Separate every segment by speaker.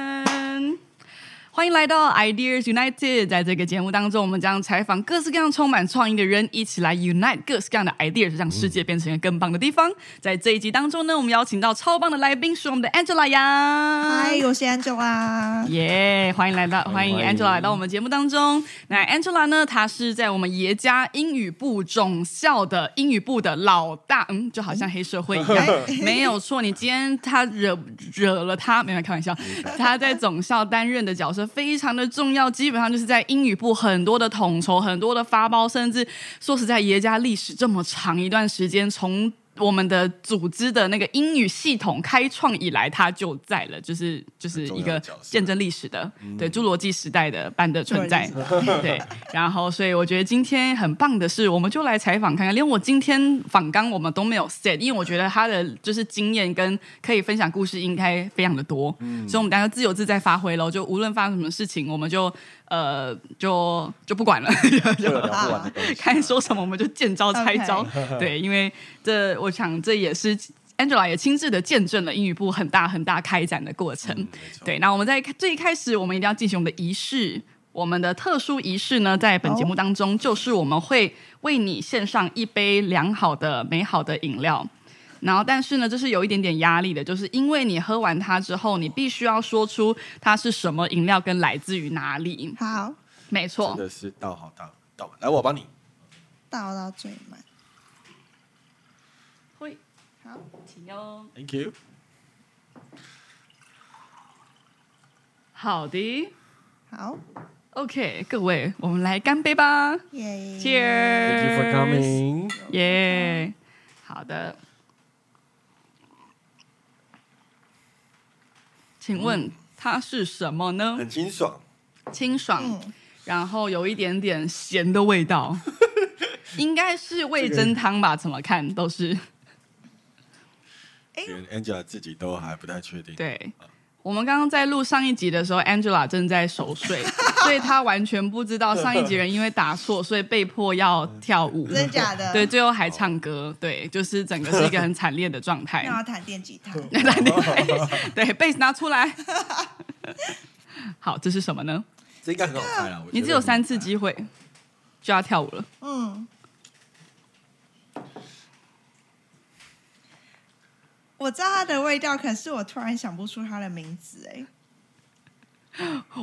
Speaker 1: Action！欢迎来到 Ideas United，在这个节目当中，我们将采访各式各样充满创意的人，一起来 unite 各式各样的 ideas，让世界变成一个更棒的地方。在这一集当中呢，我们邀请到超棒的来宾，是我们的 Angela 呀。
Speaker 2: 嗨，我是 Angela。
Speaker 1: 耶欢迎来到，欢
Speaker 3: 欢迎
Speaker 1: 迎 Angela 来到我们节目当中。那 Angela 呢，她是在我们耶加英语部总校的英语部的老大，嗯，就好像黑社会一样，没有错。你今天她惹惹了她，没有开玩笑，她在总校担任的角色非常的重要，基本上就是在英语部很多的统筹、很多的发包，甚至说实在，耶加历史这么长一段时间，从我们的组织的那个英语系统开创以来，它就在了，就是就是一
Speaker 3: 很重要
Speaker 1: 个
Speaker 3: 的角色
Speaker 1: 见证历史的，对侏罗纪时代的般的存在
Speaker 2: 侏，
Speaker 1: 对。然后，所以我觉得今天很棒的是，我们就来采访看看，连我今天访刚我们都没有 set，因为我觉得他的就是经验跟可以分享故事应该非常的多，所以我们大家自由自在发挥喽，就无论发生什么事情，我们就呃就就不管了，
Speaker 3: 会
Speaker 1: 啊
Speaker 3: 有聊不完的东西。
Speaker 1: 看说什么我们就见招拆招。对，因为这我想这也是 Angela 也亲自的见证了英语部很大很大开展的过程。
Speaker 3: 嗯
Speaker 1: 对，那我们在最一开始，我们一定要进行我们的仪式。我们的特殊仪式呢，在本节目当中，就是我们会为你献上一杯良好的、美好的饮料。然后，但是呢，这是有一点点压力的，就是因为你喝完它之后，你必须要说出它是什么饮料跟来自于哪里。
Speaker 2: 好，
Speaker 1: 没错，
Speaker 3: 真的是倒好倒倒满，来我帮你。
Speaker 2: 倒到最满。
Speaker 1: 会，
Speaker 2: 好，
Speaker 1: 请哦。
Speaker 3: Thank you。
Speaker 1: 好的
Speaker 2: 好，
Speaker 1: ，OK，各位，我们来干杯吧
Speaker 2: 耶。
Speaker 1: ！Cheers！
Speaker 3: Thank you for coming。
Speaker 1: 耶、好的。请问它是什么呢？
Speaker 3: 很清爽，
Speaker 1: 清爽，
Speaker 2: 嗯
Speaker 1: 然后有一点点咸的味道，应该是味噌汤吧？怎么看都是
Speaker 3: 连 Angela 自己都还不太确定。，
Speaker 1: 对。我们刚刚在录上一集的时候，Angela 正在熟 睡，所以她完全不知道上一集人因为打错，所以被迫要跳舞。
Speaker 2: 真的假的？
Speaker 1: 对，，最后还唱歌，对，就是整个是一个很惨烈的状态
Speaker 2: 那。我要弹电吉他。
Speaker 3: 哦
Speaker 1: 对，贝斯拿出来。 好，这是什么呢？
Speaker 3: 这应该很好猜了。我觉得
Speaker 1: 你只有三次机会就要跳舞了。
Speaker 2: 嗯，我知道它的味道，可是我突然想不出它的名字。哎，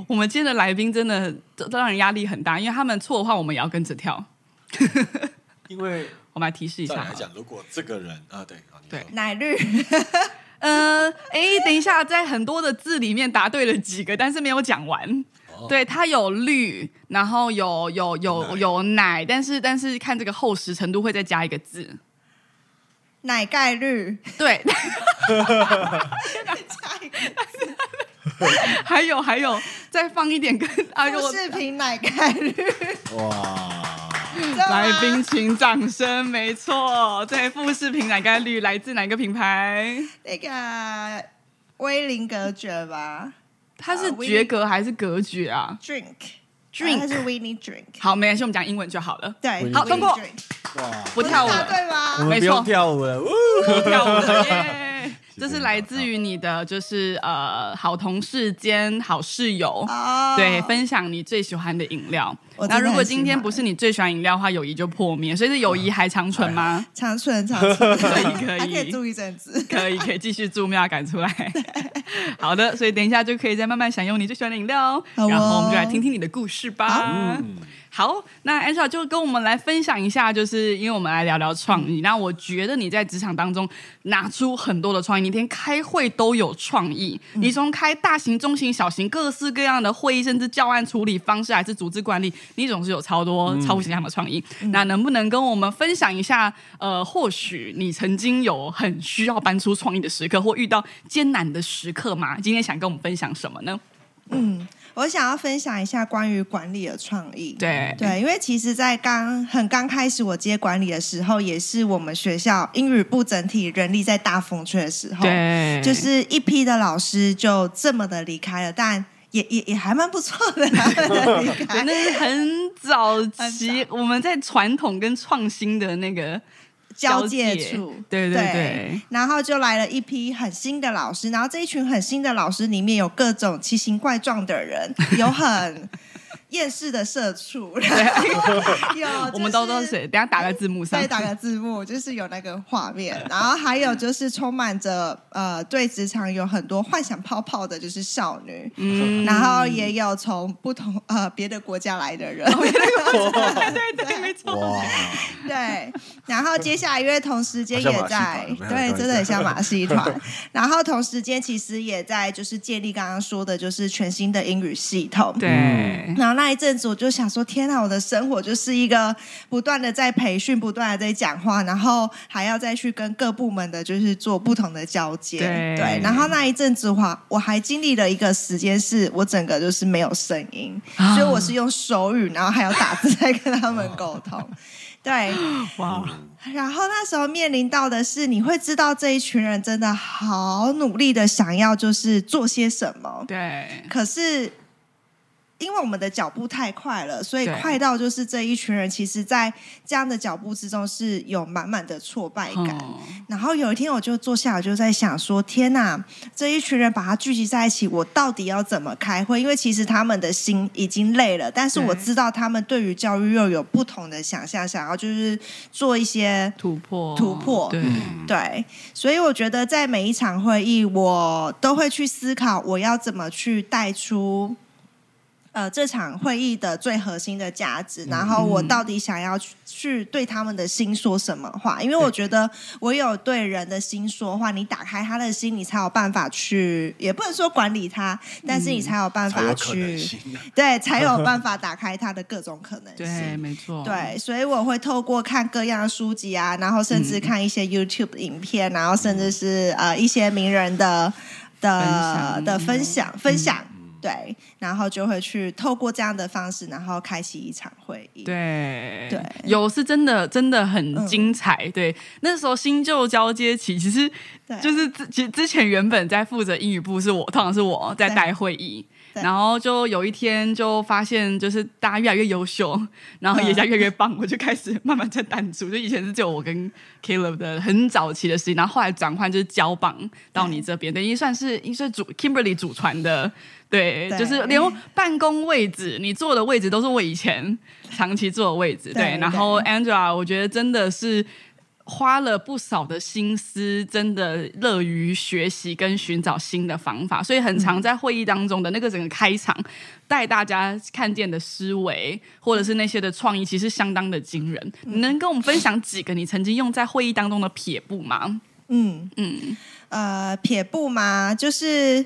Speaker 1: 我们今天的来宾真的都都让人压力很大，因为他们错的话，我们也要跟着跳。
Speaker 3: 因为
Speaker 1: 我们来提示一
Speaker 3: 照
Speaker 1: 下
Speaker 3: 理
Speaker 1: 好
Speaker 3: 来
Speaker 1: 了。
Speaker 3: 讲，如果这个人啊，对，好你说
Speaker 1: 对
Speaker 2: 奶绿。
Speaker 1: 呃，哎，等一下，在很多的字里面答对了几个，但是没有讲完。
Speaker 3: 哦
Speaker 1: 对，它有绿，然后有有有
Speaker 3: 奶
Speaker 1: 有奶，但是但是看这个厚实程度会再加一个字。
Speaker 2: 奶盖绿，
Speaker 1: 对，还有还有，再放一 点跟哎呦，
Speaker 2: 不是瓶奶盖绿，
Speaker 3: 哇，
Speaker 2: 知道吗
Speaker 1: 来宾请掌声，没错，对，富士品奶盖绿来自哪个品牌？
Speaker 2: 那个威灵格爵吧
Speaker 1: 它是
Speaker 2: 啊，Winnie
Speaker 1: 爵格还是隔绝啊？
Speaker 2: ，drink
Speaker 1: 呃 Drink
Speaker 2: 它是 Winnie drink，
Speaker 1: 好，没关系，我们讲英文就好了，
Speaker 2: 对，
Speaker 1: 好
Speaker 2: Winnie
Speaker 1: 通过
Speaker 2: drink
Speaker 3: 哇，
Speaker 1: 不跳舞
Speaker 2: 我是答
Speaker 1: 了，
Speaker 2: 对吗？
Speaker 3: 我
Speaker 1: 没
Speaker 3: 们不
Speaker 1: 错
Speaker 3: 用跳舞了。呜
Speaker 1: 不跳舞 了，耶！这是来自于你的，就是呃，好同事兼好室友。
Speaker 2: 哦，
Speaker 1: 对，分享你最喜欢的饮料
Speaker 2: 我。
Speaker 1: 那
Speaker 2: 真的
Speaker 1: 如果
Speaker 2: 很喜
Speaker 1: 今天
Speaker 2: 欢
Speaker 1: 不是你最喜欢饮料的话，友谊就破灭。所以这友谊还长存吗？
Speaker 2: 长存长存，
Speaker 1: 可以，可以，
Speaker 2: 还可以住一阵子。
Speaker 1: 可以，可以继续注妙赶出来。好的，所以等一下就可以再慢慢享用你最喜欢的饮料哦。
Speaker 2: 好哦
Speaker 1: 然后我们就来听听你的故事吧。好，那 Angela 就跟我们来分享一下，就是因为我们来聊聊创意。那我觉得你在职场当中拿出很多的创意，你连开会都有创意。你从开大型、中型、小型各式各样的会议，甚至教案处理方式，还啊是组织管理，你总是有超多超乎想象的创意。那能不能跟我们分享一下？呃，或许你曾经有很需要搬出创意的时刻，或遇到艰难的时刻吗？今天想跟我们分享什么呢？
Speaker 2: 嗯，我想要分享一下关于管理的创意。
Speaker 1: 对
Speaker 2: 对，因为其实，在刚很刚开始我接管理的时候，也是我们学校英语部整体人力在大风吹的时候，
Speaker 1: 对
Speaker 2: 就是一批的老师就这么的离开了，但也也也还蛮不错的， 他们的离
Speaker 1: 对，
Speaker 2: 开。
Speaker 1: 那是很早期，我们在传统跟创新的那个
Speaker 2: 交界处，
Speaker 1: 对对对
Speaker 2: 然后就来了一批很新的老师，然后这一群很新的老师里面有各种奇形怪状的人，有很厌世的 社畜，然后 有、就是、
Speaker 1: 我们都知道谁，等一下打在字幕上
Speaker 2: 再。打个字幕，就是有那个画面，然后还有就是充满着呃对职场有很多幻想泡泡的，就是少女，
Speaker 1: 嗯
Speaker 2: 然后也有从不同呃别的国家来的人，
Speaker 1: 哦对 对对，没错。
Speaker 3: 哇，
Speaker 2: 对，然后接下来因为同时间也在
Speaker 3: 好像马戏团没有
Speaker 2: 对，
Speaker 3: 关系
Speaker 2: 真的很像马戏团。 然后同时间其实也在就是建立刚刚说的，就是全新的英语系统。
Speaker 1: 对，
Speaker 2: 然后那一阵子我就想说，天哪，我的生活就是一个不断的在培训，不断的在讲话，然后还要再去跟各部门的，就是做不同的交接。
Speaker 1: 对
Speaker 2: 然后那一阵子的话，我还经历了一个时间，是我整个就是没有声音，
Speaker 1: 啊
Speaker 2: 所以我是用手语，然后还有打字在跟他们沟
Speaker 3: 哦
Speaker 2: 通。 对，
Speaker 1: 哇，
Speaker 2: 然后那时候面临到的是，你会知道这一群人真的好努力的想要就是做些什么，
Speaker 1: 对，
Speaker 2: 可是因为我们的脚步太快了，所以
Speaker 1: 对
Speaker 2: 快到就是这一群人其实，在这样的脚步之中是有满满的挫败感。
Speaker 1: 哦
Speaker 2: 然后有一天我就坐下来，我就在想说：天呐，这一群人把他聚集在一起，我到底要怎么开会？因为其实他们的心已经累了，但是
Speaker 1: 对
Speaker 2: 我知道他们对于教育又有不同的想象，想要就是做一些
Speaker 1: 突破，
Speaker 2: 突破
Speaker 1: 对，
Speaker 3: 嗯
Speaker 2: 对，所以我觉得在每一场会议，我都会去思考我要怎么去带出。呃，这场会议的最核心的价
Speaker 3: 嗯
Speaker 2: 值，然后我到底想要去去对他们的心说什么话？
Speaker 3: 嗯
Speaker 2: 因为我觉得我有对人的心说话，你打开他的心，你才有办法去，也不能说管理他，但是你才有办
Speaker 3: 嗯
Speaker 2: 法
Speaker 3: 才有可能
Speaker 2: 去，
Speaker 3: 性。
Speaker 2: 对，才有办法打开他的各种可能性。
Speaker 1: 对，没错，
Speaker 2: 对，所以我会透过看各样的书籍啊，然后
Speaker 1: 嗯
Speaker 2: 甚至看一些 YouTube 影片，然后甚至是呃一些名人的的
Speaker 1: 分享嗯
Speaker 2: 的分享分享，对，然后就会去透过这样的方式，然后开启一场会议。
Speaker 1: 对
Speaker 2: 对嗯
Speaker 1: 有是真的真的很精彩。对，那时候新旧交接期，其实
Speaker 2: 对
Speaker 1: 就是之之之前原本在负责英语部是我，通常是我在
Speaker 2: 对
Speaker 1: 带会议。
Speaker 2: 对
Speaker 1: 然后就有一天就发现，就是大家越来越优秀，然后也在越来越棒，我就开始慢慢在淡出。就以前是只有我跟 Caleb 的很早期的事情，然后后来转换就是交棒到你这边，等于算是因为主 Kimberly 祖传的，对，
Speaker 2: 对
Speaker 1: 就是 连办公位置你坐的位置都是我以前长期坐的位置，
Speaker 2: 对
Speaker 1: 对。然后 Angela，我觉得真的是花了不少的心思，真的乐于学习跟寻找新的方法，所以很常在会议当中的那个整个开场，带大家看见的思维，或者是那些的创意，其实相当的惊人。你能跟我们分享几个你曾经用在会议当中的撇步吗？
Speaker 2: 嗯嗯，呃，撇步嘛，就是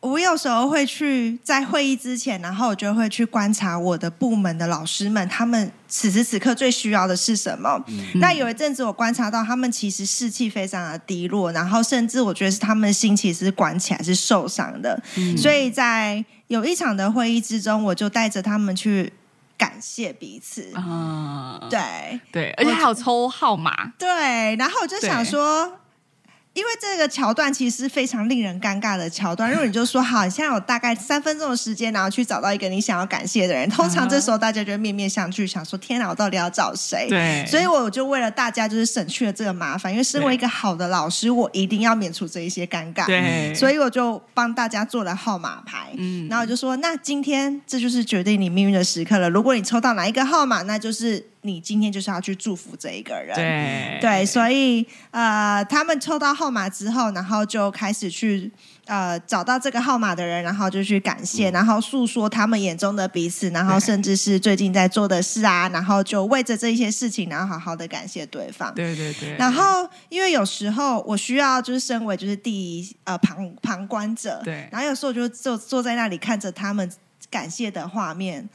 Speaker 2: 我有时候会去在会议之前，然后我就会去观察我的部门的老师们，他们此时此刻最需要的是什么。那有一阵子我观察到，他们其实士气非常的低落，然后甚至我觉得是他们心其实是管起来是受伤的，所以在有一场的会议之中，我就带着他们去感谢彼此。
Speaker 1: 啊、
Speaker 2: 对，
Speaker 1: 对，而且还有抽号码，
Speaker 2: 对，然后我就想
Speaker 1: 对
Speaker 2: 说。因为这个桥段其实是非常令人尴尬的桥段，如果你就说好，你现在有大概三分钟的时间，然后去找到一个你想要感谢的人，通常这时候大家就会面面相觑，想说天哪，我到底要找谁？
Speaker 1: 对，
Speaker 2: 所以我就为了大家就是省去了这个麻烦，因为身为
Speaker 1: 对
Speaker 2: 一个好的老师，我一定要免除这一些尴尬。
Speaker 1: 对，
Speaker 2: 所
Speaker 1: 以
Speaker 2: 以我就帮大家做了号码牌，
Speaker 1: 嗯
Speaker 2: 然后我就说，那今天这就是决定你命运的时刻了。如果你抽到哪一个号码，那就是你今天就是要去祝福这一个人。
Speaker 1: 对
Speaker 2: 对，所以呃，他们抽到号码之后，然后就开始去呃找到这个号码的人，然后就去感谢，然后诉说他们眼中的彼此，然后
Speaker 1: 对
Speaker 2: 甚至是最近在做的事啊，然后就为着这些事情，然后好好的感谢对方。
Speaker 1: 对对对，
Speaker 2: 然后，因为有时候我需要就是身为就是第一呃旁旁观者，
Speaker 1: 对
Speaker 2: 然后有时候我就坐坐在那里看着他们感谢的画面，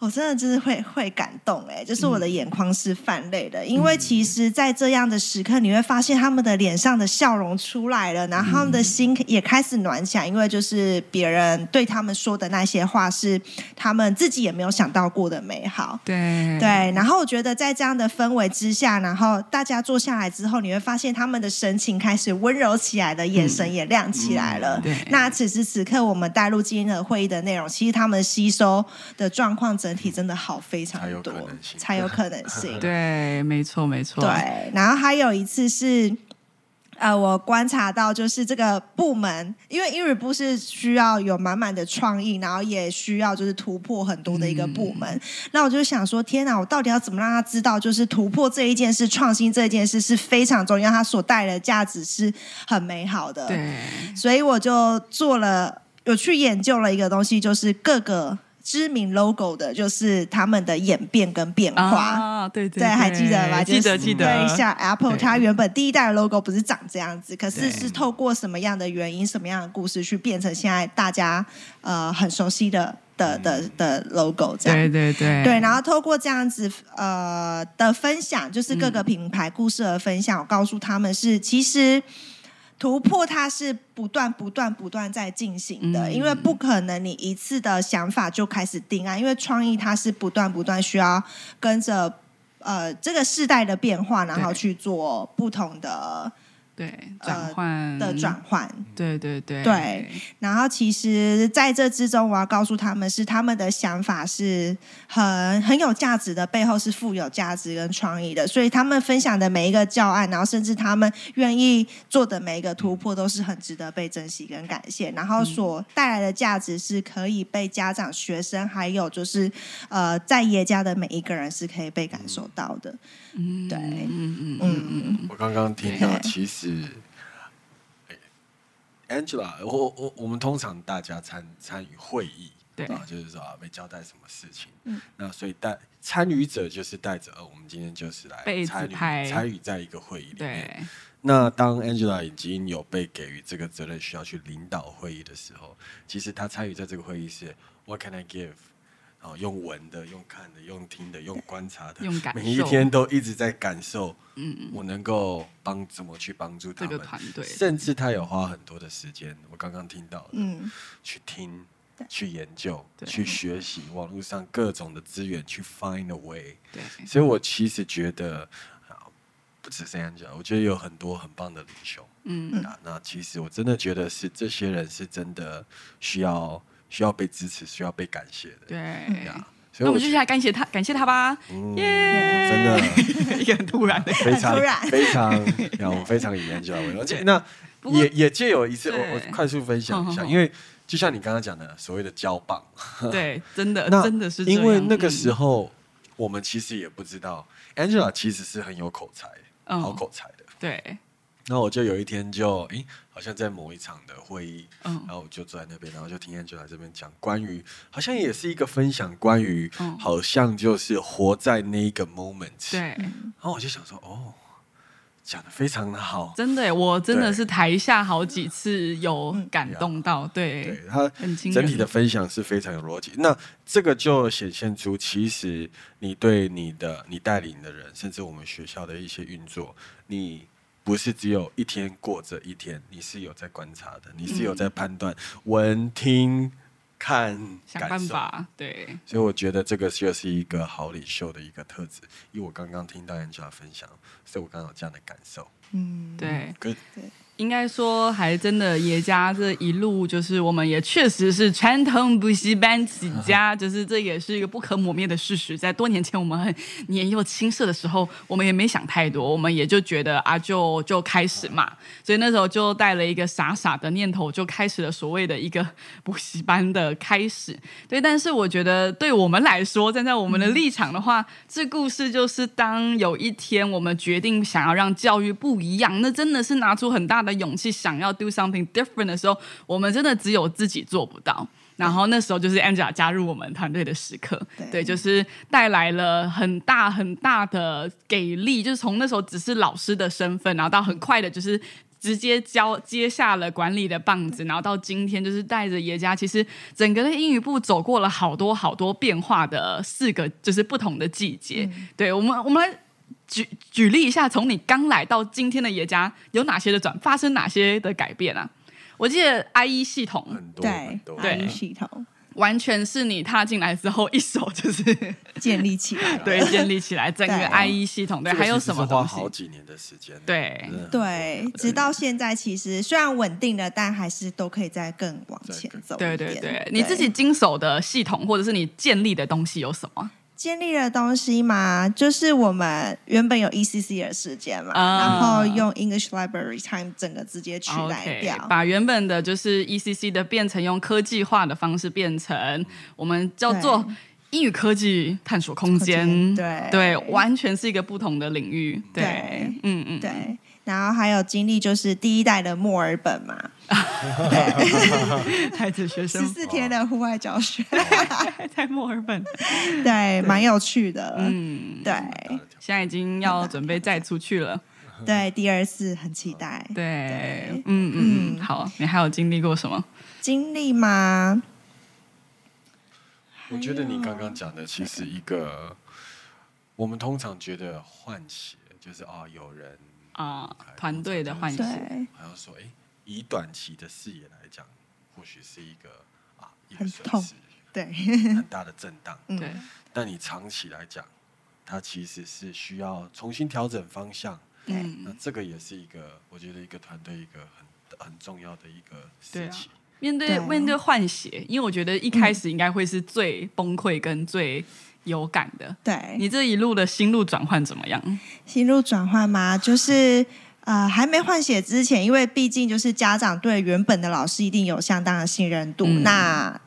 Speaker 2: 我真的就是会会感动哎、就是我的眼眶是泛泪的，因为其实，在这样的时刻，你会发现他们的脸上的笑容出来了，然后他们的心也开始暖起来，因为就是别人对他们说的那些话是他们自己也没有想到过的美好。
Speaker 1: 对
Speaker 2: 对，然后我觉得在这样的氛围之下，然后大家坐下来之后，你会发现他们的神情开始温柔起来了，眼
Speaker 3: 嗯
Speaker 2: 神也亮起来了。
Speaker 1: 对
Speaker 2: 那此时此刻，我们带入今天的会议的内容，其实他们吸收的状况整整体真的好非常
Speaker 3: 才有
Speaker 2: 多
Speaker 3: 可能，性
Speaker 2: 才有可能 性。
Speaker 1: 对，没错没错，
Speaker 2: 对，然后还有一次是，呃，我观察到就是这个部门，因为英语部是需要有满满的创意，然后也需要就是突破很多的一个
Speaker 1: 嗯
Speaker 2: 部门。那我就想说，天哪，我到底要怎么让他知道，就是突破这一件事、创新这一件事是非常重要，它所带来的价值是很美好的。
Speaker 1: 对，
Speaker 2: 所以我就做了，有去研究了一个东西，就是各个。知名 logo 的，就是他们的演变跟变化。
Speaker 1: 啊，对对
Speaker 2: 呃对，还记得吧？
Speaker 1: 记
Speaker 2: 就
Speaker 1: 得
Speaker 2: 是
Speaker 1: 记得，
Speaker 2: 对，像 Apple
Speaker 1: 对
Speaker 2: 它原本第一代的 logo 不是长这样子，可
Speaker 1: 对
Speaker 2: 是是透过什么样的原因、什么样的故事去变成现在大家呃很熟悉的的
Speaker 1: 嗯
Speaker 2: 的的 logo 这样
Speaker 1: 对。对对
Speaker 2: 对，然后透过这样子呃的分享，就是各
Speaker 1: 嗯
Speaker 2: 个品牌故事的分享，我告诉他们是其实。突破它是不断、不断、不断在进行的，
Speaker 1: 嗯
Speaker 2: 因为不可能你一次的想法就开始定案，因为创意它是不断、不断需要跟着呃这个世代的变化，然后
Speaker 1: 对
Speaker 2: 去做不同的
Speaker 1: 对
Speaker 2: 呃
Speaker 1: 转换
Speaker 2: 的转，换。
Speaker 1: 对对对
Speaker 2: 对，然后其实在这之中，我要告诉他们是他们的想法是很很有价值的，背后是富有价值跟创意的，所以他们分享的每一个教案，然后甚至他们愿意做的每一个突破，都是很值得被珍惜跟感谢。然后所带来的价值是可以被家长、学生，还有就是呃在爷家的每一个人是可以被感受到的。
Speaker 1: 嗯
Speaker 2: 对
Speaker 1: 嗯嗯嗯，
Speaker 2: 嗯，
Speaker 3: 我刚刚听到，
Speaker 2: 对
Speaker 3: 其实哎 Angela，我我我们通常大家参参与会议，
Speaker 1: 对嗯
Speaker 3: 啊，就是说啊被交代什么事情，那所以带参与者就是带着，呃，我们今天就是来
Speaker 1: 被指
Speaker 3: 参与
Speaker 1: 派
Speaker 3: 参与在一个会议里面。
Speaker 1: 对
Speaker 3: 那当 Angela 已经有被给予这个责任，需要去领导会议的时候，其实她参与在这个会议是 What can I give？然后用闻的、用看的、用听的、用观察的，
Speaker 1: 用感受
Speaker 3: 每一天都一直在感受，
Speaker 1: 嗯，
Speaker 3: 我能够帮怎么去帮助他
Speaker 1: 这
Speaker 3: 们。
Speaker 1: 个团队
Speaker 3: 甚至他有花很多的时间，我刚刚听到的，
Speaker 2: 嗯
Speaker 3: 去听、去研究、
Speaker 1: 对
Speaker 3: 去学习网络上各种的资源，去 find a way。
Speaker 1: 对
Speaker 3: 所以我其实觉得，啊，不只是 Angela，我觉得有很多很棒的领袖。
Speaker 1: 嗯
Speaker 3: 啊，那其实我真的觉得是这些人是真的需要需要被支持、需要被感谢的。
Speaker 1: 对
Speaker 3: 啊，
Speaker 1: 那
Speaker 3: 所以
Speaker 1: 我
Speaker 3: 我
Speaker 1: 们就
Speaker 3: 觉嗯
Speaker 1: 下来感谢他，感谢他吧，耶！
Speaker 3: 真 的
Speaker 1: 一个很突然的，
Speaker 3: 非常
Speaker 2: 突然
Speaker 3: 非常，然后非常以 Angela 为 荣，而且那
Speaker 1: 不过
Speaker 3: 也也借有一次，我我
Speaker 1: 对嗯
Speaker 3: 快速分享一
Speaker 1: 好
Speaker 3: 下，
Speaker 1: 好好
Speaker 3: 因为就像你刚刚讲的所谓的交棒，
Speaker 1: 对，真的
Speaker 3: 那
Speaker 1: 呃真的是这样嗯
Speaker 3: 因为那个时候我们其实也不知道，Angela 其实是很有口才，
Speaker 1: 嗯
Speaker 3: 好口才的。
Speaker 1: 嗯对，
Speaker 3: 那我就有一天就诶，好像在某一场的会议，
Speaker 1: 嗯
Speaker 3: 然后我就坐在那边，然后就听 Angela 这边讲关于，好像也是一个分享关于，
Speaker 1: 嗯
Speaker 3: 好像就是活在那一个 moment。，
Speaker 1: 对，
Speaker 2: 嗯
Speaker 3: 然后我就想说，哦，讲的非常的好，
Speaker 1: 真的耶，我真的
Speaker 3: 对
Speaker 1: 是台下好几次有
Speaker 2: 嗯
Speaker 1: 感动到，
Speaker 3: 对
Speaker 1: 对，
Speaker 3: 他
Speaker 1: 很惊人
Speaker 3: 整体的分享是非常有逻辑。那这个就显现出，其实你对你的你带领的人，甚至我们学校的一些运作，你不是只有一天过这一天，你是有在观察的，你是有
Speaker 1: 嗯
Speaker 3: 在判断、闻、听、看、
Speaker 1: 想
Speaker 3: 感
Speaker 1: 办
Speaker 3: 受。
Speaker 1: 法，对，
Speaker 3: 所以我觉得这个就是一个好领袖的一个特质。因为我刚刚听到 Angela 分享，所以我刚刚有这样的感受。
Speaker 2: 嗯，
Speaker 1: 对，
Speaker 3: 跟
Speaker 1: 应该说还真的爷家这一路，就是我们也确实是传统补习班起家，就是这也是一个不可磨灭的事实。在多年前我们很年幼青涩的时候，我们也没想太多，我们也就觉得啊，就就开始嘛。所以那时候就带了一个傻傻的念头，就开始了所谓的一个补习班的开始。对，但是我觉得对我们来说，站在我们的立场的话，这故事就是当有一天我们决定想要让教育不一样，那真的是拿出很大的勇气想要 do something different 的时候，我们真的只有自己做不到。然后那时候就是 Angela 加入我们团队的时刻，
Speaker 2: 对
Speaker 1: 对，就是带来了很大很大的给力，就是从那时候只是老师的身份，然后到很快的就是。直接交接下了管理的棒子，然后到今天就是带着爷家，其实整个的英语部走过了好多好多变化的四个，就是不同的季节。对我们，我们来举举例一下，从你刚来到今天的爷家，有哪些的转，发生哪些的改变啊？我记得 IE 系统，
Speaker 3: 很多
Speaker 2: 对啊
Speaker 3: 很多，
Speaker 2: 阿
Speaker 1: 对
Speaker 2: 姨系统，
Speaker 1: 完全是你踏进来之后一手就是
Speaker 2: 建立起来了。
Speaker 1: 对建立起来整个
Speaker 2: 对
Speaker 1: IE 系统，对，
Speaker 3: 这个
Speaker 1: 还有
Speaker 3: 其实
Speaker 1: 什么
Speaker 3: 是花
Speaker 1: 东
Speaker 3: 好
Speaker 1: 西？
Speaker 3: 几年的时间？
Speaker 1: 对
Speaker 3: 真的很多，
Speaker 2: 对，直到现在其实虽然稳定了，但还是都可以再更往前走一
Speaker 1: 对
Speaker 2: 点。
Speaker 1: 对对，你自己经手的系统或者是你建立的东西有什么？
Speaker 2: 建立的东西嘛，就是我们原本有 ECC 的时间嘛，
Speaker 1: 啊
Speaker 2: 然后用 English Library Time 整个直接取代
Speaker 1: OK，
Speaker 2: 掉。
Speaker 1: 把原本的就是 ECC 的变成用科技化的方式变成我们叫做英语科技探索空间，
Speaker 2: 空间对
Speaker 1: 对，完全是一个不同的领域，对，
Speaker 2: 对
Speaker 1: 嗯嗯，
Speaker 2: 对，然后还有经历就是第一代的墨尔本嘛，
Speaker 1: 太子学
Speaker 2: 十
Speaker 1: 生
Speaker 2: 四天的户外教学，
Speaker 1: 在墨尔本，
Speaker 2: 对，蛮有趣的。
Speaker 1: 嗯，
Speaker 2: 对
Speaker 3: 大的挑
Speaker 1: 现在已经要准备再出去了，
Speaker 2: 对，第二次很期待。
Speaker 1: 对，嗯嗯嗯，好，你还有经历过什么？
Speaker 2: 经历吗？
Speaker 3: 我觉得你刚
Speaker 2: 哎
Speaker 3: 刚讲的其实一个，我们通常觉得换血就是啊、有人
Speaker 1: 啊，团队的换
Speaker 3: 对
Speaker 1: 血
Speaker 2: 对，
Speaker 3: 好像说，哎、以短期的视野来讲，或许是一个啊，一个
Speaker 2: 很
Speaker 3: 损
Speaker 2: 痛
Speaker 3: 失，
Speaker 2: 对，
Speaker 1: 嗯
Speaker 3: 很大的震荡。
Speaker 2: 嗯
Speaker 1: 对，
Speaker 3: 但你长期来讲，它其实是需要重新调整方向。
Speaker 1: 嗯
Speaker 3: 那。这个也是一个，我觉得一个团队一个很很重要的一个
Speaker 1: 对啊
Speaker 3: 事情。
Speaker 1: 面对
Speaker 2: 对嗯啊
Speaker 1: 面对换血，因为我觉得一开始应该会是最崩溃跟最有感的。
Speaker 2: 对，
Speaker 1: 你这一路的心路转换怎么样？
Speaker 2: 心路转换吗？就是呃，还没换血之前，因为毕竟就是家长对原本的老师一定有相当的信任度，
Speaker 1: 嗯
Speaker 2: 那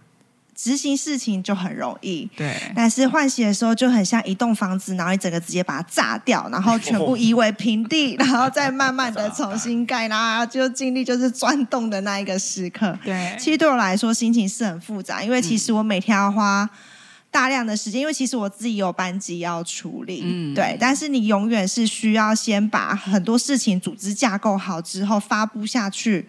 Speaker 2: 执行事情就很容易。
Speaker 1: 对，
Speaker 2: 但是换血的时候就很像一栋房子，然后你整个直接把它炸掉，然后全部夷为平 地，然后再慢慢的重新盖，然后就经历就是钻洞的那一个时刻。
Speaker 1: 对
Speaker 2: 其实对我来说心情是很复杂，因为其
Speaker 1: 嗯
Speaker 2: 实我每天要花大量的时间，因为其实我自己有班级要处理，
Speaker 1: 嗯
Speaker 2: 对。但是你永远是需要先把很多事情组织架构好之后发布下去。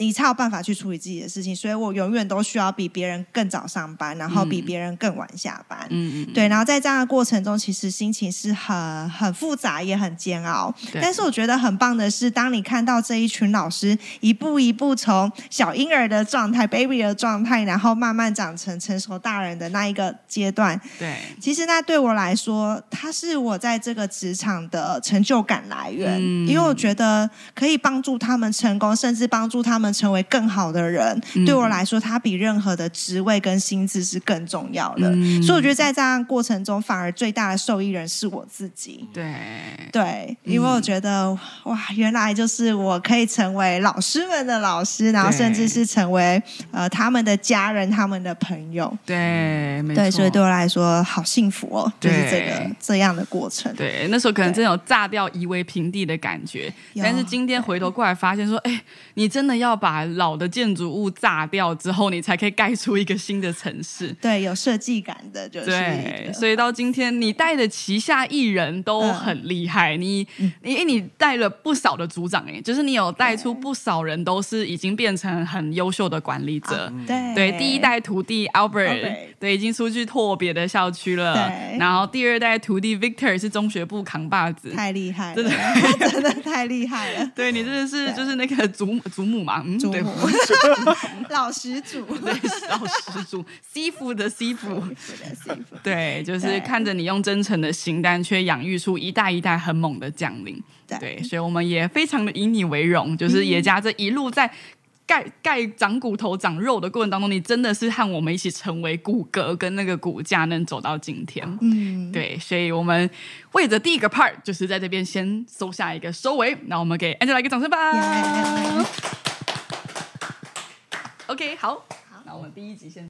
Speaker 2: 你才有办法去处理自己的事情，所以我永远都需要比别人更早上班，然后比
Speaker 1: 嗯
Speaker 2: 别人更晚下班。
Speaker 1: 嗯嗯，
Speaker 2: 对，然后在这样的过程中，其实心情是很很复杂，也很煎熬。
Speaker 1: 对
Speaker 2: 但是我觉得很棒的是，当你看到这一群老师一步一步从小婴儿的状态、baby 的状态，然后慢慢长成成熟大人的那一个阶段，
Speaker 1: 对，
Speaker 2: 其实那对我来说，它是我在这个职场的成就感来源，
Speaker 1: 嗯
Speaker 2: 因为我觉得可以帮助他们成功，甚至帮助他们成为更好的人。
Speaker 1: 嗯
Speaker 2: 对我来说，它比任何的职位跟薪资是更重要的。
Speaker 1: 嗯
Speaker 2: 所以我觉得在这样的过程中，反而最大的受益人是我自己。
Speaker 1: 对，
Speaker 2: 对，因
Speaker 1: 嗯
Speaker 2: 为我觉得、哇，原来就是我可以成为老师们的老师，然后
Speaker 1: 对
Speaker 2: 甚至是成为呃他们的家人、他们的朋友。
Speaker 1: 对，没错，
Speaker 2: 对，所以对我来说好幸福哦，就是这
Speaker 1: 对
Speaker 2: 个这样的过程。
Speaker 1: 对，那时候可能真的有炸掉夷为平地的感觉，
Speaker 2: 有
Speaker 1: 但是今天回头过来发现说，哎，你真的要把老的建筑物炸掉之后，你才可以盖出一个新的城市。
Speaker 2: 对，有设计感的，呃嗯就是一
Speaker 1: 对
Speaker 2: 个，
Speaker 1: 所以到今天你带的旗下艺人都很厉害，你
Speaker 2: 嗯
Speaker 1: 你诶你带了不少的组长哎、就是你有带出不少人都是已经变成很优秀的管理者。
Speaker 2: 啊对
Speaker 1: 对，第一代徒弟 Albert，,
Speaker 2: Albert
Speaker 1: 对，已经出去拓别的校区了。
Speaker 2: 对
Speaker 1: 然后第二代徒弟 Victor 是中学部扛把子，
Speaker 2: 太厉害
Speaker 1: 真
Speaker 2: 了，真的太厉害了，
Speaker 1: 对你真的是
Speaker 2: 对
Speaker 1: 就是那个祖母祖母嘛，嗯，
Speaker 2: 祖
Speaker 1: 对
Speaker 2: 母， 老始祖，
Speaker 1: 对，老师祖西服的西服，
Speaker 2: 是的，幸福。
Speaker 1: 对，就是
Speaker 2: 对
Speaker 1: 看着你用真诚的心，但却养育出一代一代很猛的将领。
Speaker 2: 对嗯
Speaker 1: 对，所以我们也非常的以你为荣，就是野家这一路在。盖盖长骨头、长肉的过程当中，你真的是和我们一起成为骨骼跟那个骨架，能走到今天。
Speaker 2: 嗯，
Speaker 1: 对，所以我们为着第一个 part，就是在这边先收下一个收尾。那我们给 Angela 一个掌声吧。
Speaker 2: 耶
Speaker 1: OK，好，那我们第一集先。